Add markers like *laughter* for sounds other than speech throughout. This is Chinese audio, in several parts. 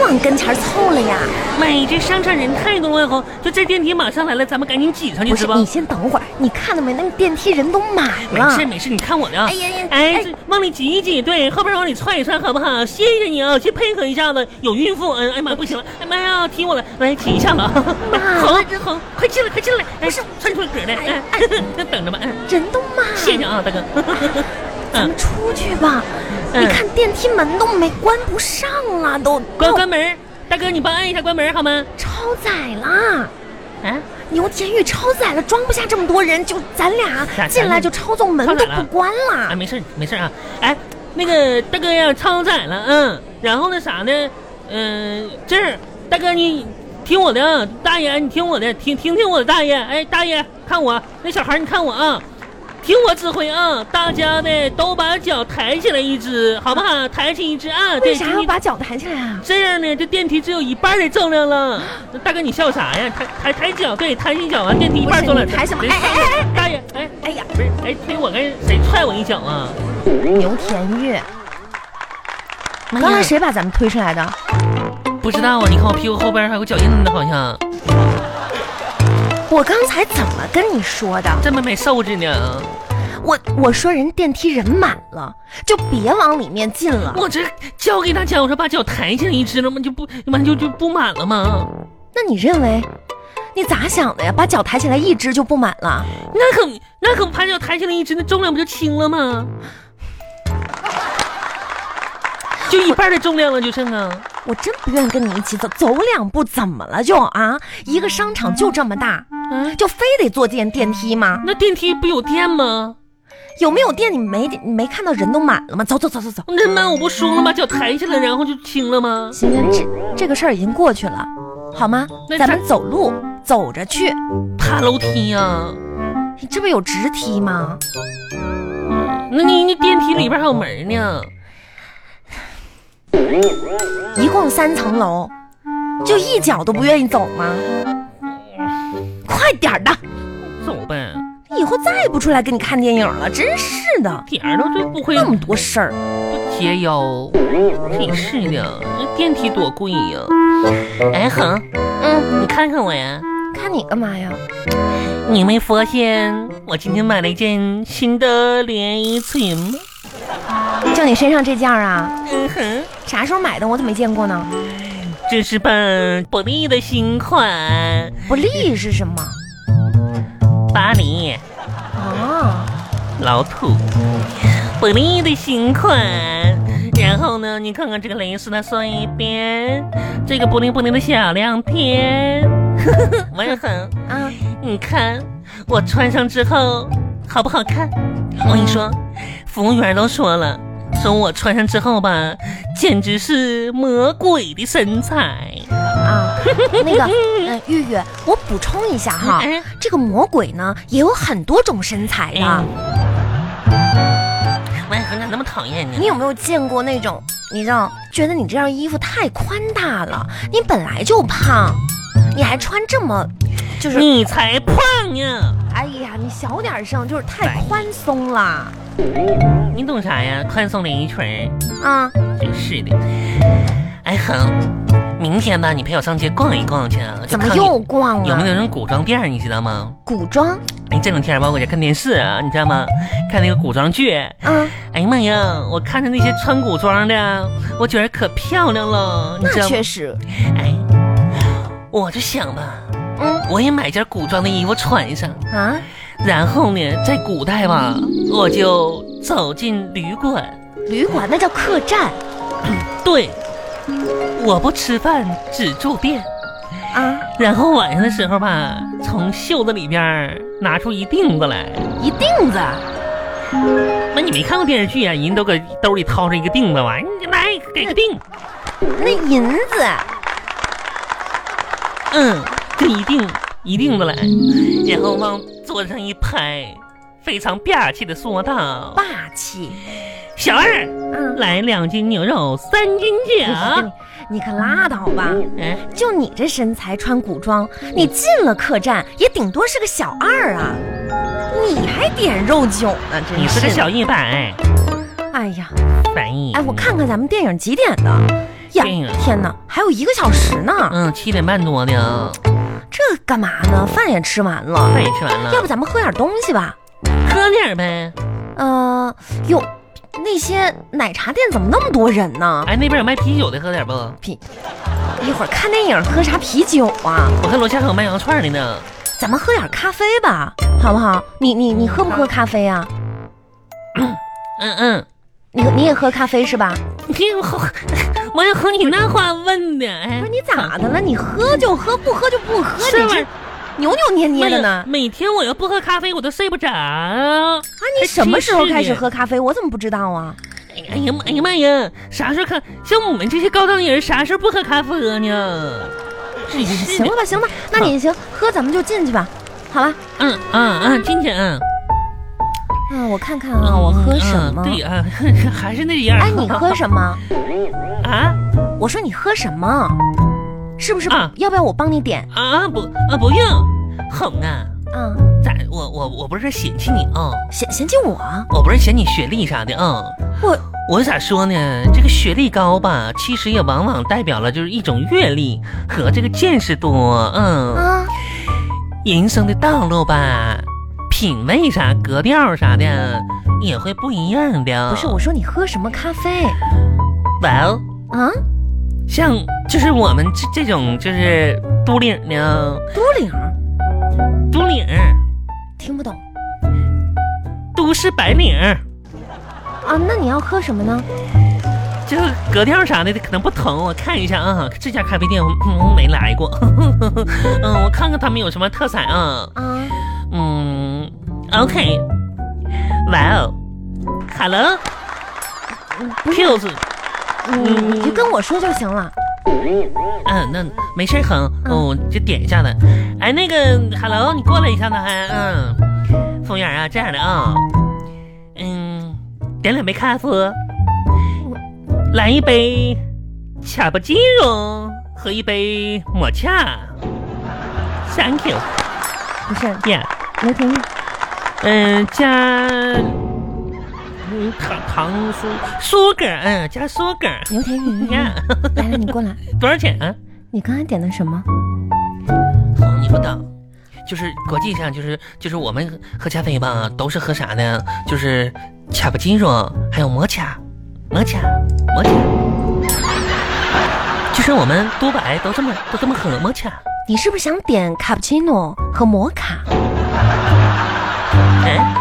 往跟前凑了呀？买这商场人太多了，红，就这电梯马上来了，咱们赶紧挤上去，不是是，吧？你先等会儿，你看到没？那个电梯人都满没了事。没事，你看我的啊！哎呀呀哎，哎这往里挤一挤，对，后边往里踹一踹，好不好？谢谢你啊，去配合一下子。有孕妇，嗯，哎妈，不行了，哎妈呀，踢我了，来挤一下子啊！妈 *laughs* 好，好，快进来，快进来！哎，是窜出来嗝来，哎哎， *laughs* 等着吧，哎，人都满了，谢谢啊，*laughs* 大哥。哦咱们出去吧。嗯你看电梯门都没关不上了，都关都关门，大哥你帮按一下关门好吗？超载了。啊，牛田玉超载了，装不下这么多人，就咱俩咋进来就超纵门超都载了不关啊，了。没事儿没事儿啊，哎，那个大哥呀，超载了，嗯，然后那啥呢，嗯、这儿大哥你听我的，啊，大爷你听我的，听听听我的大爷，哎，大爷看我那小孩儿你看我啊。听我指挥啊！大家呢都把脚抬起来一只，好不好？抬起一只啊！为对，啥今要天把脚抬起来啊？这样呢？这电梯只有一半儿的重量了。大哥，你笑啥呀？抬抬抬脚，对，抬起脚完，电梯一半儿重量。不是你抬什么对哎哎哎哎大爷，哎，哎呀，不是，哎，推我跟谁踹我一脚啊？牛田玉，妈呀刚才谁把咱们推出来的？不知道啊，你看我屁股后边还有个脚印子，好像我刚才怎么跟你说的？这么没收着呢。我我说人电梯人满了，就别往里面进了。我这教给大家，我说把脚抬起来一只了吗？就不完就就不满了吗？那你认为，你咋想的呀？把脚抬起来一只就不满了？那可那可把脚抬起来一只，那重量不就轻了吗？就一半的重量了，就剩啊。我真不愿意跟你一起走，走两步怎么了就啊？一个商场就这么大，嗯，就非得坐电电梯吗？那电梯不有电吗？有没有电你没你没看到人都满了吗？走走走走走。那妈，我不说了吗？脚抬起来，然后就轻了吗？行行，这这个事儿已经过去了，好吗？那咱咱们走路走着去，爬楼梯啊呀、这不有直梯吗？那你那电梯里边还有门呢。一共三层楼，就一脚都不愿意走吗？快点儿的，走呗，以后再也不出来给你看电影了，真是的，点儿都最不会那么多事儿。不节腰，真是的，这电梯多贵呀、哎恒，嗯，你看看我呀，看你干嘛呀？你没发现我今天买了一件新的连衣裙吗？就你身上这件儿啊，嗯哼，啥时候买的？我怎么没见过呢？这是本伯利的新款，不利是什么？巴黎啊，老土，伯利的新款。然后呢，你看看这个蕾丝的碎边，这个布灵布灵的小亮片， *laughs* 文恒。啊，你看我穿上之后好不好看？啊我跟你说，服务员都说了，说我穿上之后吧，简直是魔鬼的身材。啊， *laughs* 那个，嗯，玉玉，我补充一下哈，嗯这个魔鬼呢也有很多种身材的，哎，喂，恒咋那么讨厌呢？你有没有见过那种，你知道，觉得你这件衣服太宽大了，你本来就胖，你还穿这么，就是，你才胖呀！哎呀，你小点声，就是太宽松了你懂啥呀？宽松连衣裙儿，啊。真是的。哎，恒，明天吧，你陪我上街逛一逛去啊。就怎么看又逛有没有了？那种古装店儿，你知道吗？古装，哎，这两天吧，我在看电视啊，你知道吗？看那个古装剧，嗯，哎呀妈呀！我看着那些穿古装的，啊我觉得可漂亮了，你知那道吗确？实，哎，我就想吧，嗯我也买件古装的衣服穿上，啊，然后呢，在古代吧，我就走进旅馆，旅馆那叫客栈对，我不吃饭，只住店，啊，然后晚上的时候吧，从袖子里边儿拿出一锭子来。一锭子，那你没看过电视剧啊？人都搁兜里掏出一个锭子吧，你来给个锭，那银子，嗯，这一定一定的来，然后往桌子上一拍，非常霸气的说道霸气，：“小二，嗯。来两斤牛肉，三斤啊你饺。你可拉倒吧！”哎，就你这身材穿古装，嗯你进了客栈也顶多是个小二啊，你还点肉酒呢，真你是个小一百，哎呀，哎反义。哎，我看看咱们电影几点的，呀电影，天哪，还有一个小时呢，嗯，七点半多呢，这干嘛呢？饭也吃完了，饭也吃完了，要不咱们喝点东西吧？喝点儿呗。呃，哟，那些奶茶店怎么那么多人呢？哎，那边有卖啤酒的，喝点儿不？啤，一会儿看电影喝啥啤酒啊？我看楼下还有卖羊肉串的呢。咱们喝点咖啡吧，好不好？你你你喝不喝咖啡啊？嗯嗯，你你也喝咖啡是吧？你喝，我 *laughs* 要和你那话问的。哎，不是你咋的了？你喝就喝，不喝就不喝，是你吗这扭扭捏捏每的呢？每天我要不喝咖啡，我都睡不着。哎啊，你什么时候开始喝咖啡？我怎么不知道啊？呀妈哎呀妈呀！啥时候看像我们这些高档人，啥时候不喝咖啡呢？哎真是的行了吧，行吧，那你行，喝咱们就进去吧，好吧？嗯嗯嗯，今天嗯嗯，我看看啊，我喝什么嗯？对啊， *laughs* 还是那样。哎，你喝什么？啊我说你喝什么？是不是啊？要不要我帮你点？啊不啊不用，红啊，啊，咋我我我不是嫌弃你啊、嫌嫌弃我？啊我不是嫌你学历啥的啊、我我咋说呢？这个学历高吧，其实也往往代表了就是一种阅历和这个见识多，嗯，啊，人生的道路吧，品味啥、格调啥的也会不一样的。不是，我说你喝什么咖啡？哇哦，啊，像就是我们这这种就是都领呢，都灵儿，都领、听不懂都市白领，啊？那你要喝什么呢？这个格调啥的可能不同。我看一下啊，这家咖啡店我、嗯、没来过， *laughs* 嗯，我看看他们有什么特产啊。啊，嗯，OK，哇哦，Hello，不是 k i l l s 你你就跟我说就行了。嗯，那没事儿哼，哦，就点一下子。哎，那个 Hello，你过来一下子还，嗯，服务员啊，这样的啊、嗯，点两杯咖啡，来一杯卡布奇诺和一杯抹茶，Thank you，不是， yeah，没听见。嗯，加。嗯，糖糖苏苏格，嗯，加苏格，牛田云，呀， *laughs* 来来，你过来，多少钱啊？你刚才点的什么？哼，你不懂，就是国际上就是就是我们喝咖啡吧，都是喝啥呢？就是卡布奇诺，还有摩卡，摩卡，摩卡。就是我们多白都这么都这么喝摩卡。你是不是想点卡布奇诺和摩卡？哎，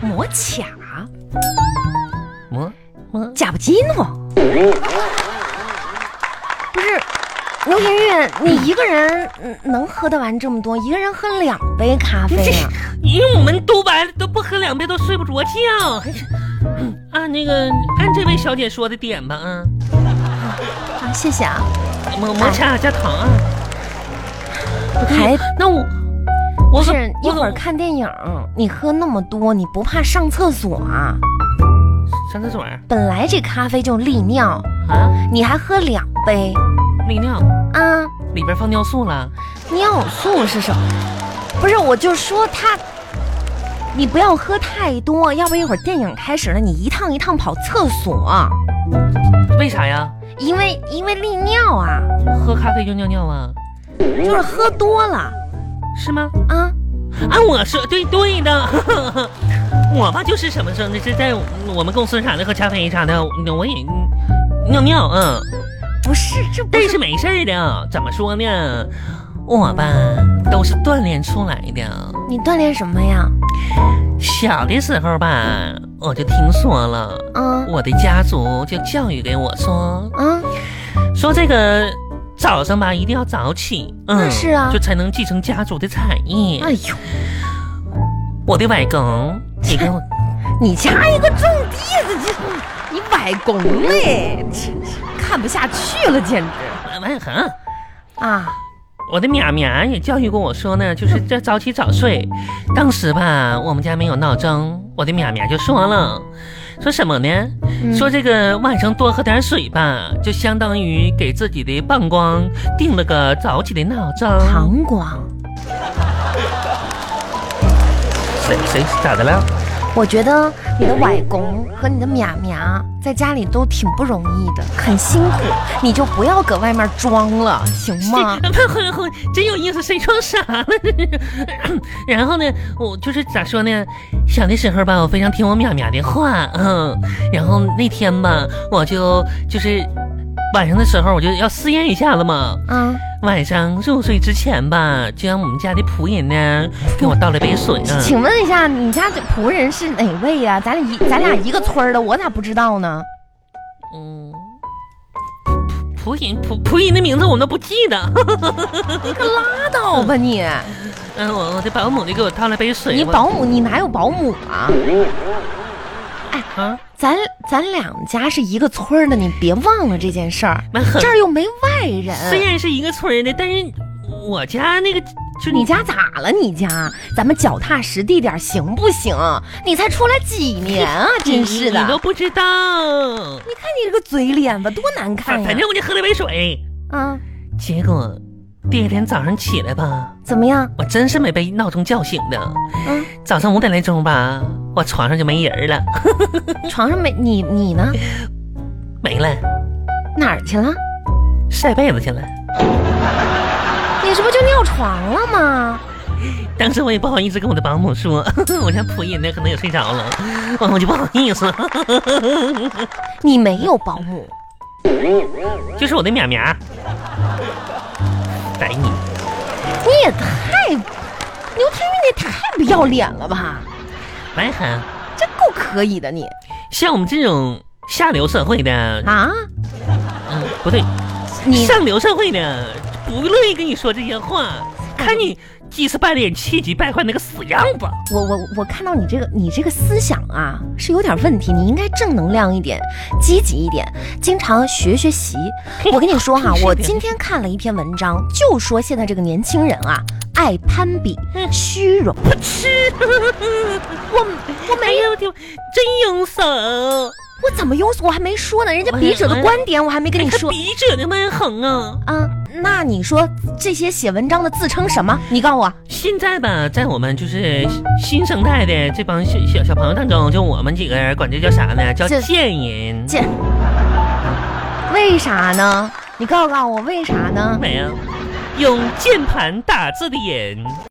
摩卡、摩摩卡布奇诺？不是，牛田玉，你一个人嗯能喝得完这么多？一个人喝两杯咖啡啊？因为我们都白都不喝两杯都睡不着觉。按那个按这位小姐说的点吧，啊，啊，谢谢啊。摩摩卡加糖啊。哎还那我我不可是一我可会儿看电影，你喝那么多，你不怕上厕所啊？上厕所啊？本来这咖啡就利尿，啊，你还喝两杯利尿啊？里边放尿素了。尿素是什么？不是，我就说他，你不要喝太多，要不然一会儿电影开始了，你一趟一趟跑厕所，为啥呀？因为因为利尿啊，喝咖啡就尿尿啊？就是喝多了是吗？啊。啊，我是对对的， *laughs* 我吧就是什么时候那是在我们公司啥的喝咖啡啥的，我也尿尿，嗯，不是，这不但是是没事儿的。怎么说呢？我吧都是锻炼出来的。你锻炼什么呀？小的时候吧，我就听说了，啊我的家族就教育给我说，啊，说这个早上吧一定要早起，那嗯，是啊就才能继承家族的产业。哎呦，我的外公也跟我。你家一个种地的，这你崴拱嘞，这这看不下去了，简直万万恒，啊！我的淼淼也教育过我说呢，就是这早起早睡。当时吧，我们家没有闹钟，我的淼淼就说了，说什么呢？嗯说这个晚上多喝点水吧，就相当于给自己的膀胱定了个早起的闹钟。膀胱谁谁咋的了？我觉得你的外公和你的妈妈在家里都挺不容易的，很辛苦，你就不要搁外面装了，行吗？ *laughs* 这很很真有意思，谁装傻了？ *coughs* 然后呢，我就是咋说呢？小的时候吧，我非常听我淼淼的话，嗯。然后那天吧，我就就是晚上的时候，我就要试验一下子嘛。嗯，晚上入睡之前吧，就让我们家的仆人呢给我倒了杯水。嗯请问一下，你家这仆人是哪位呀、咱俩一咱俩一个村儿的，我咋不知道呢？嗯，仆仆人仆仆人的名字我们都不记得。 *laughs* 你可拉倒吧你！嗯，我我的保姆就给我倒了杯水。你我保姆，你哪有保姆啊？啊，咱咱两家是一个村儿的，你别忘了这件事儿。那很这儿又没外人。虽然是一个村儿的，但是我家那个就你家咋了？你家，咱们脚踏实地点儿行不行？你才出来几年啊，真是的！ *laughs* 你都你不知道。看你这个嘴脸吧，多难看反呀！反正我就喝了杯水，啊，结果第二天早上起来吧，怎么样？我真是没被闹钟叫醒的。嗯，早上五点来钟吧，我床上就没人了，床上没你你呢？没了，哪儿去了？晒被子去了。你这不就尿床了吗？当时我也不好意思跟我的保姆说， *laughs* 我家仆人呢可能也睡着了，完我就不好意思。你没有保姆，就是我的淼淼，逮你！你也太牛天玉，你也太不要脸了吧！来哈，这够可以的你像我们这种下流社会的，啊！嗯，不对，你上流社会的不乐意跟你说这些话，看你几十半脸气急败坏那个死样子。我我我看到你这个你这个思想啊是有点问题，你应该正能量一点，积极一点，经常学学习。我跟你说哈、 *laughs* 真是的我今天看了一篇文章，就说现在这个年轻人啊爱攀比、虚荣。我吃，我我哎没 *laughs* 呦我天，真有手！我怎么有我还没说呢，人家我也笔者的观点我还没跟哎你看说笔者的蛮横啊。啊。那你说这些写文章的自称什么？你告诉我，现在吧，在我们就是新生代的这帮小小小朋友当中，就我们几个人管这叫啥呢？叫这贱人。这 *laughs* 为啥呢？你告诉告诉我为啥呢？没有，用键盘打字的人。